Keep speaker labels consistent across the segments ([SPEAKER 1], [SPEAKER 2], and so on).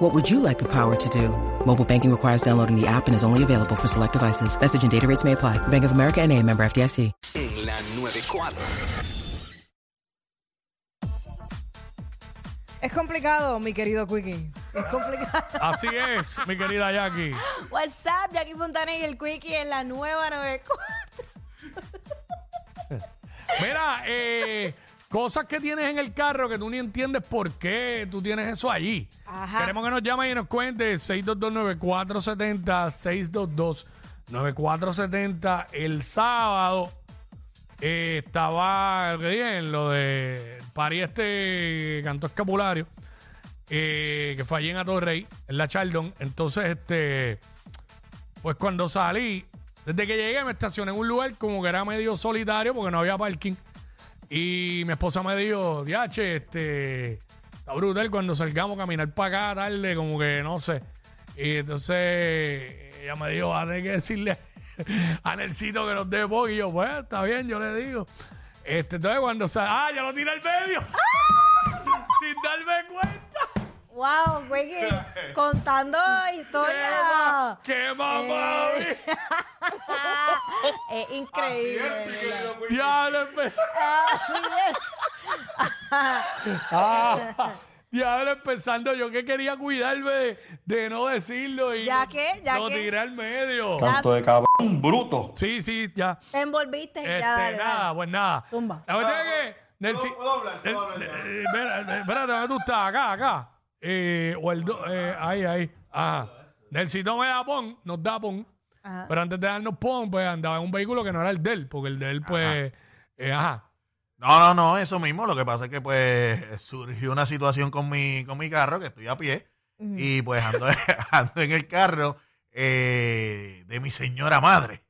[SPEAKER 1] What would you like the power to do? Mobile banking requires downloading the app and is only available for select devices. Message and data rates may apply. Bank of America and a member FDIC.
[SPEAKER 2] en la 94.
[SPEAKER 3] Es complicado, mi querido Quickie. Es complicado.
[SPEAKER 4] Así es, mi querida Jackie.
[SPEAKER 3] What's up, Jackie Fontana y el Quickie en la nueva 94.
[SPEAKER 4] Mira, eh, cosas que tienes en el carro que tú ni entiendes por qué tú tienes eso allí.
[SPEAKER 3] Ajá.
[SPEAKER 4] Queremos que nos llames y nos cuentes 622-9470, 622-9470. El sábado eh, estaba ¿qué dije? en lo de Pari este cantó escapulario, eh, que fue allí en Atorrey, en la Chaldón. Entonces, este... Pues cuando salí, desde que llegué me estacioné en un lugar como que era medio solitario porque no había parking. Y mi esposa me dijo, diache, este, está brutal cuando salgamos a caminar para acá tarde, como que no sé. Y entonces ella me dijo, "Vas a tener que decirle a Nercito que nos dé poco. Y yo, pues, está bien, yo le digo. Este, entonces cuando sal... ¡Ah, ya lo tiré al medio! Sin darme cuenta.
[SPEAKER 3] Wow, Quickie, contando historias.
[SPEAKER 4] ¡Qué mamá!
[SPEAKER 3] Es increíble. ¿verdad?
[SPEAKER 4] Ya lo empezó.
[SPEAKER 3] Así es.
[SPEAKER 4] Ah, diablo, empezando yo que quería cuidarme de, de no decirlo y
[SPEAKER 3] Ya
[SPEAKER 4] lo-
[SPEAKER 3] que, ya
[SPEAKER 4] lo
[SPEAKER 3] que.
[SPEAKER 4] tiré al medio.
[SPEAKER 5] Tanto de cabrón bruto.
[SPEAKER 4] Sí, sí, ya.
[SPEAKER 3] Te envolviste.
[SPEAKER 4] Este,
[SPEAKER 3] ya, dale,
[SPEAKER 4] nada,
[SPEAKER 3] dale.
[SPEAKER 4] pues nada.
[SPEAKER 3] Zumba.
[SPEAKER 4] La cuestión es que... Nelsi- Nel- eh, espera, eh, Espérate, ¿dónde tú estás? Acá, acá. Eh, o el... do- eh, ahí, ahí. Ajá. Nelsito me da pon, nos da pon.
[SPEAKER 3] Ajá.
[SPEAKER 4] Pero antes de darnos pon, pues andaba en un vehículo que no era el de él, porque el de él, pues... eh, ajá.
[SPEAKER 6] No, no, no, eso mismo. Lo que pasa es que pues surgió una situación con mi, con mi carro, que estoy a pie, y pues ando, ando en el carro eh, de mi señora madre.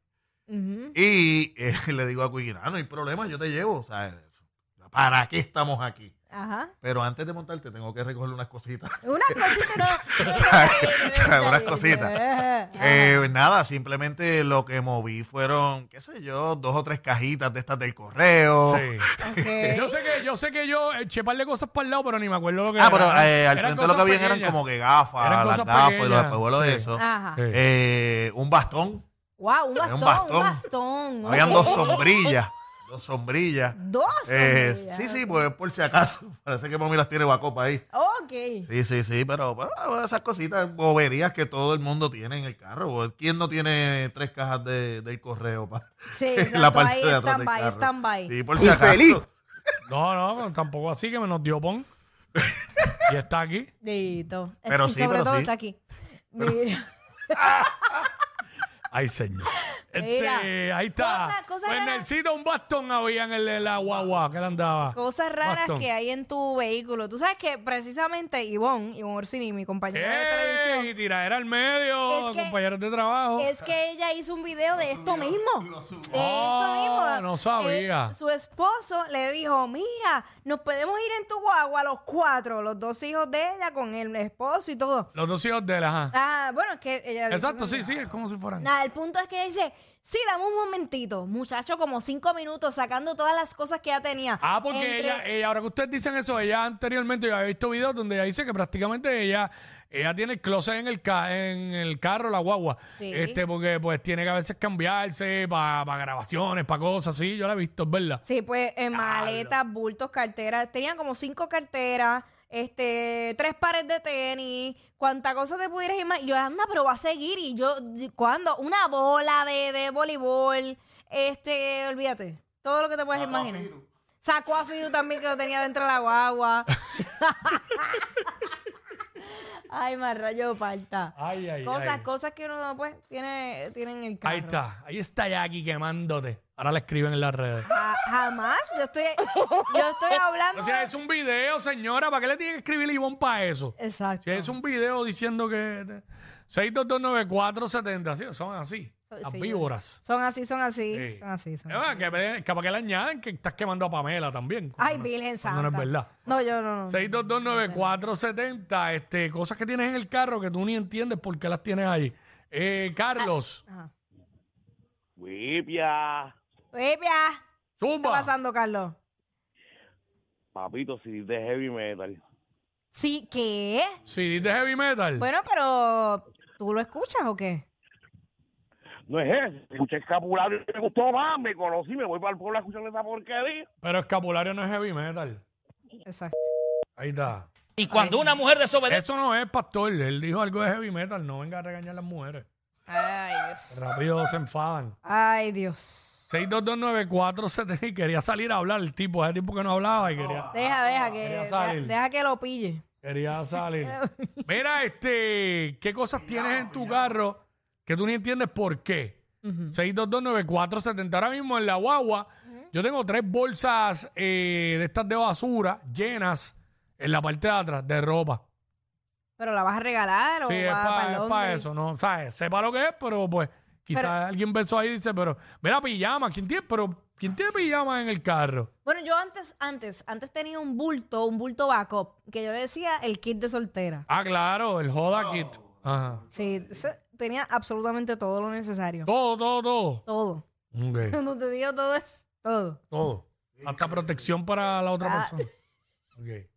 [SPEAKER 3] Ujú.
[SPEAKER 6] Y eh, le digo a Cuigui, ah, no hay problema, yo te llevo. O sea, ¿para qué estamos aquí?
[SPEAKER 3] Ajá.
[SPEAKER 6] Pero antes de montarte tengo que recoger unas cositas.
[SPEAKER 3] Una cosita. no. Este,
[SPEAKER 6] O sea, unas cositas.
[SPEAKER 3] Ajá.
[SPEAKER 6] Eh, pues nada, simplemente lo que moví fueron, qué sé yo, dos o tres cajitas de estas del correo.
[SPEAKER 4] Sí.
[SPEAKER 3] Ok.
[SPEAKER 6] Eh.
[SPEAKER 4] Yo sé que yo sé que yo eché par de cosas para el lado, pero ni me acuerdo lo que
[SPEAKER 6] Ah,
[SPEAKER 4] era.
[SPEAKER 6] pero eh, al
[SPEAKER 4] Eran
[SPEAKER 6] frente lo que
[SPEAKER 4] cosas
[SPEAKER 6] habían eran
[SPEAKER 4] pequeñas.
[SPEAKER 6] como que gafas,
[SPEAKER 4] Eran
[SPEAKER 6] las
[SPEAKER 4] cosas
[SPEAKER 6] gafas y los
[SPEAKER 4] pequeñas,
[SPEAKER 6] espejuelos
[SPEAKER 4] sí.
[SPEAKER 6] de eso.
[SPEAKER 3] Ajá.
[SPEAKER 4] Sí.
[SPEAKER 6] Eh, un bastón.
[SPEAKER 3] Wow, un bastón,
[SPEAKER 6] un
[SPEAKER 3] un bastón.
[SPEAKER 6] bastón. Habían
[SPEAKER 3] ok.
[SPEAKER 6] dos sombrillas. Dos sombrillas.
[SPEAKER 3] Dos.
[SPEAKER 6] Eh,
[SPEAKER 3] sombrillas.
[SPEAKER 6] sí, sí, pues por si acaso. Parece que mami las tiene guacopa ahí.
[SPEAKER 3] Ok.
[SPEAKER 6] Sí, sí, sí, pero bueno, esas cositas, boberías que todo el mundo tiene en el carro. pues, ¿Quién no tiene tres cajas de, del correo? pa-
[SPEAKER 3] Sí,
[SPEAKER 6] en
[SPEAKER 3] exacto, ahí
[SPEAKER 6] de atrás del
[SPEAKER 3] stand-by,
[SPEAKER 6] carro?
[SPEAKER 3] stand-by.
[SPEAKER 6] Sí, por si acaso. Ah,
[SPEAKER 4] No, no, pero tampoco así que me nos dio pon. y está aquí.
[SPEAKER 3] Dito.
[SPEAKER 6] Pero
[SPEAKER 3] Y
[SPEAKER 6] sí,
[SPEAKER 3] sobre
[SPEAKER 6] pero
[SPEAKER 3] todo
[SPEAKER 6] sí.
[SPEAKER 3] está aquí. Mira,
[SPEAKER 4] Ay, señor. Este,
[SPEAKER 3] Mira,
[SPEAKER 4] ahí está.
[SPEAKER 3] cosas- cosas
[SPEAKER 4] Pues en
[SPEAKER 3] raras.
[SPEAKER 4] el sitio un bastón había en el, en la guagua que él andaba.
[SPEAKER 3] cosas raras
[SPEAKER 4] Bastón.
[SPEAKER 3] que hay en tu vehículo. Tú sabes que precisamente Ivonne, Ivonne Orsini, mi compañera de
[SPEAKER 4] ¡Ey! Y
[SPEAKER 3] televisión,
[SPEAKER 4] tiradera al medio,
[SPEAKER 3] Es que-
[SPEAKER 4] compañeros de trabajo.
[SPEAKER 3] es que ella hizo un video de esto mismo. De esto
[SPEAKER 4] Oh,
[SPEAKER 3] mismo.
[SPEAKER 4] no sabía.
[SPEAKER 3] Eh, su esposo le dijo, mira, nos podemos ir en tu guagua los cuatro, los dos hijos de ella con el esposo y todo.
[SPEAKER 4] Los dos hijos de él, ajá.
[SPEAKER 3] Ah, bueno, es que ella dice,
[SPEAKER 4] Exacto,
[SPEAKER 3] "Mira,
[SPEAKER 4] sí, sí, es como si fueran.
[SPEAKER 3] Nada, el punto es que dice, sí, dame un momentito, muchacho, como cinco minutos sacando todas las cosas que ya tenía.
[SPEAKER 4] Ah, porque
[SPEAKER 3] Entre-
[SPEAKER 4] ella, ella, ahora que ustedes dicen eso, ella anteriormente yo había visto videos donde ella dice que prácticamente ella, ella tiene el closet en el, ca- en el carro, la guagua.
[SPEAKER 3] Sí.
[SPEAKER 4] Este, porque pues tiene que a veces cambiarse para grabaciones, para cosas así. Yo la he visto, es verdad.
[SPEAKER 3] Sí, pues en maletas, bultos, carteras, tenían como cinco carteras, este, tres pares de tenis, cuánta cosa te pudieras imaginar. Yo, anda, pero va a seguir y yo, ¿cuándo? Una bola de, de voleibol, este, olvídate, todo lo que te puedes imaginar. Sacó a Firu también que lo tenía dentro de la guagua. Ay, más rayo falta.
[SPEAKER 4] Ay, ay,
[SPEAKER 3] cosas,
[SPEAKER 4] ay.
[SPEAKER 3] cosas que uno pues tiene, tiene en el carro.
[SPEAKER 4] Ahí está, ahí está Jackie quemándote. Ahora la escriben en las redes.
[SPEAKER 3] Ja- jamás, yo estoy, yo estoy hablando.
[SPEAKER 4] O sea,
[SPEAKER 3] de-
[SPEAKER 4] es un video, señora. ¿Para qué le tiene que escribir Ivonne para eso?
[SPEAKER 3] Exacto.
[SPEAKER 4] Si es un video diciendo que... 6229470, sí, son así.
[SPEAKER 3] Son-
[SPEAKER 4] Las
[SPEAKER 3] sí.
[SPEAKER 4] víboras.
[SPEAKER 3] Son así, son así.
[SPEAKER 4] Sí. Eh,
[SPEAKER 3] Son así, son
[SPEAKER 4] Es verdad Ah, que pe- capaz que le añaden que estás quemando a Pamela también.
[SPEAKER 3] Ay,
[SPEAKER 4] Cuando no-
[SPEAKER 3] Virgen Santa.
[SPEAKER 4] cuando No es verdad.
[SPEAKER 3] No, yo no. no.
[SPEAKER 4] 6229470, este, cosas que tienes en el carro que tú ni entiendes por qué las tienes ahí. Eh, Carlos,
[SPEAKER 3] Ajá.
[SPEAKER 7] Wipia.
[SPEAKER 3] Ey, pia. ¿Qué está
[SPEAKER 4] zumba.
[SPEAKER 3] pasando, Carlos?
[SPEAKER 7] Papito, si de heavy metal.
[SPEAKER 3] Sí, ¿qué?
[SPEAKER 4] Sí, de heavy metal.
[SPEAKER 3] Bueno, pero ¿tú lo escuchas o qué?
[SPEAKER 7] No es eso. eh, Escuché escapulario y me gustó más. Me conocí, me voy para el pueblo a escuchar esa porquería.
[SPEAKER 4] Pero escapulario no es heavy metal.
[SPEAKER 3] Exacto.
[SPEAKER 4] Ahí está.
[SPEAKER 8] Y cuando una mujer desobedece
[SPEAKER 4] Eso no es, pastor. Él dijo algo de heavy metal. No venga a regañar a las mujeres.
[SPEAKER 3] Ay, Dios.
[SPEAKER 4] Rápido se enfadan.
[SPEAKER 3] Ay, Dios.
[SPEAKER 4] 6229470 y quería salir a hablar el tipo. Ese tipo que no hablaba y quería,
[SPEAKER 3] Deja, deja que,
[SPEAKER 4] Quería
[SPEAKER 3] deja,
[SPEAKER 4] Ah, salir.
[SPEAKER 3] deja que lo pille.
[SPEAKER 4] quería salir. Mira, este, ¿qué cosas tienes en tu carro que tú ni entiendes por qué? 6229470. Ahora mismo en la guagua, yo tengo tres bolsas eh, de estas de basura llenas en la parte de atrás de ropa.
[SPEAKER 3] Pero la vas a regalar o
[SPEAKER 4] Sí, es
[SPEAKER 3] va
[SPEAKER 4] para
[SPEAKER 3] pa'l hombre?
[SPEAKER 4] eso, ¿no? ¿Sabes? Sepa lo que es, pero pues quizás
[SPEAKER 3] Pero-
[SPEAKER 4] alguien besó ahí y dice, pero, mira, pijama, ¿quién tiene, pero, ¿quién tiene pijama en el carro?
[SPEAKER 3] Bueno, yo antes, antes, antes tenía un bulto, un bulto backup, que yo le decía el kit de soltera.
[SPEAKER 4] Ah, claro, el Joda Kit. Ajá.
[SPEAKER 3] Sí, eso- tenía absolutamente todo lo necesario.
[SPEAKER 4] Todo, todo, todo.
[SPEAKER 3] Todo.
[SPEAKER 4] Ok,
[SPEAKER 3] Cuando te digo todo es todo.
[SPEAKER 4] todo. Hasta protección para la otra
[SPEAKER 3] Ah.
[SPEAKER 4] persona. Ok.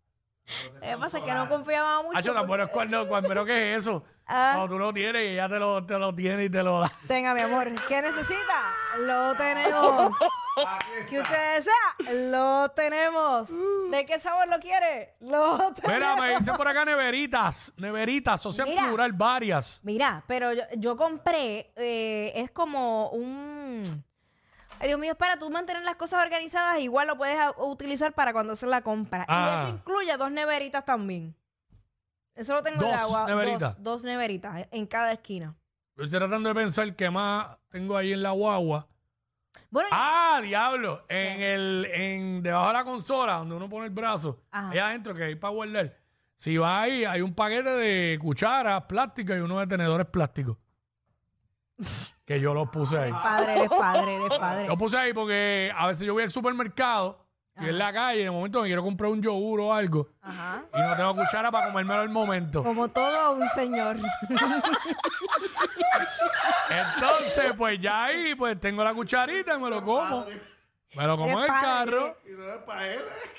[SPEAKER 3] Lo que pasa es que no confiaba mucho.
[SPEAKER 4] Hacho, tan bueno es cuando, cuando pero ¿qué es eso?
[SPEAKER 3] Ah.
[SPEAKER 4] Cuando tú lo tienes y ella te lo, te lo tiene y te lo da.
[SPEAKER 3] Tenga, mi amor. ¿Qué necesita? Lo tenemos. ¿Qué usted desea? Lo tenemos. ¿De qué sabor lo quiere? Lo tenemos.
[SPEAKER 4] Mira, me dicen por acá neveritas, neveritas, o sea, en
[SPEAKER 3] Mira.
[SPEAKER 4] plural varias.
[SPEAKER 3] Mira, pero yo, yo compré, eh, es como un... Ay, Dios mío, es para tú mantener las cosas organizadas, igual lo puedes a- utilizar para cuando haces la compra.
[SPEAKER 4] Ah.
[SPEAKER 3] Y eso incluye dos neveritas también. Eso lo tengo en
[SPEAKER 4] Dos
[SPEAKER 3] la guagua.
[SPEAKER 4] neveritas.
[SPEAKER 3] Dos, dos neveritas en cada esquina.
[SPEAKER 4] Yo estoy tratando de pensar qué más tengo ahí en la guagua.
[SPEAKER 3] Bueno,
[SPEAKER 4] Ah, diablo. En el, en debajo de la consola, donde uno pone el brazo,
[SPEAKER 3] Ajá.
[SPEAKER 4] allá adentro que hay para guardar. Si va ahí, hay un paquete de cucharas plásticas y uno de tenedores plásticos. que yo los puse ahí.
[SPEAKER 3] padre, eres padre, eres padre.
[SPEAKER 4] Los puse ahí porque a veces yo voy al supermercado y en la calle, en el momento me quiero comprar un yogur o algo.
[SPEAKER 3] Ajá.
[SPEAKER 4] Y no tengo cuchara para comérmelo al momento.
[SPEAKER 3] Como todo un señor.
[SPEAKER 4] Entonces, pues ya ahí, pues tengo la cucharita y me lo como. Me lo como en
[SPEAKER 3] Eres
[SPEAKER 4] el
[SPEAKER 3] padre.
[SPEAKER 4] carro.
[SPEAKER 6] Y no es para él. eh.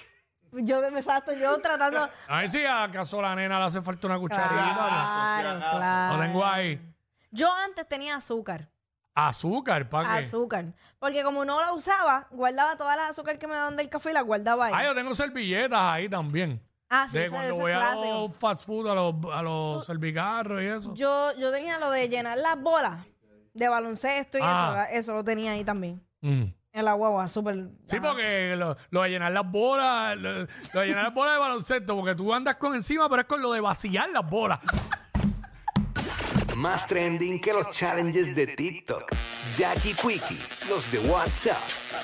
[SPEAKER 3] Yo me salto, yo tratando...
[SPEAKER 4] A ver si acaso a la nena le hace falta una cucharita.
[SPEAKER 3] Claro,
[SPEAKER 6] acaso.
[SPEAKER 4] Lo
[SPEAKER 3] claro.
[SPEAKER 4] tengo ahí.
[SPEAKER 3] Yo antes tenía azúcar.
[SPEAKER 4] Azúcar, ¿para qué?
[SPEAKER 3] Azúcar. Porque como no la usaba, guardaba todas las azúcar que me daban del café y las guardaba ahí.
[SPEAKER 4] Ah, yo tengo servilletas ahí también.
[SPEAKER 3] ah, sí,
[SPEAKER 4] de
[SPEAKER 3] ese-
[SPEAKER 4] cuando
[SPEAKER 3] ese
[SPEAKER 4] voy a
[SPEAKER 3] clásico.
[SPEAKER 4] los fast food, a los, a los servicarros y eso.
[SPEAKER 3] yo, yo tenía lo de llenar las bolas de baloncesto y
[SPEAKER 4] Ah.
[SPEAKER 3] eso, eso lo tenía ahí también.
[SPEAKER 4] Mm.
[SPEAKER 3] En la guagua, súper.
[SPEAKER 4] Sí,
[SPEAKER 3] ajá.
[SPEAKER 4] porque lo, lo de llenar las bolas, lo, lo de llenar las bolas de baloncesto, porque tú andas con encima, pero es con lo de vaciar las bolas.
[SPEAKER 2] Más trending que los challenges de TikTok. Jackie Quickie, los de WhatsApp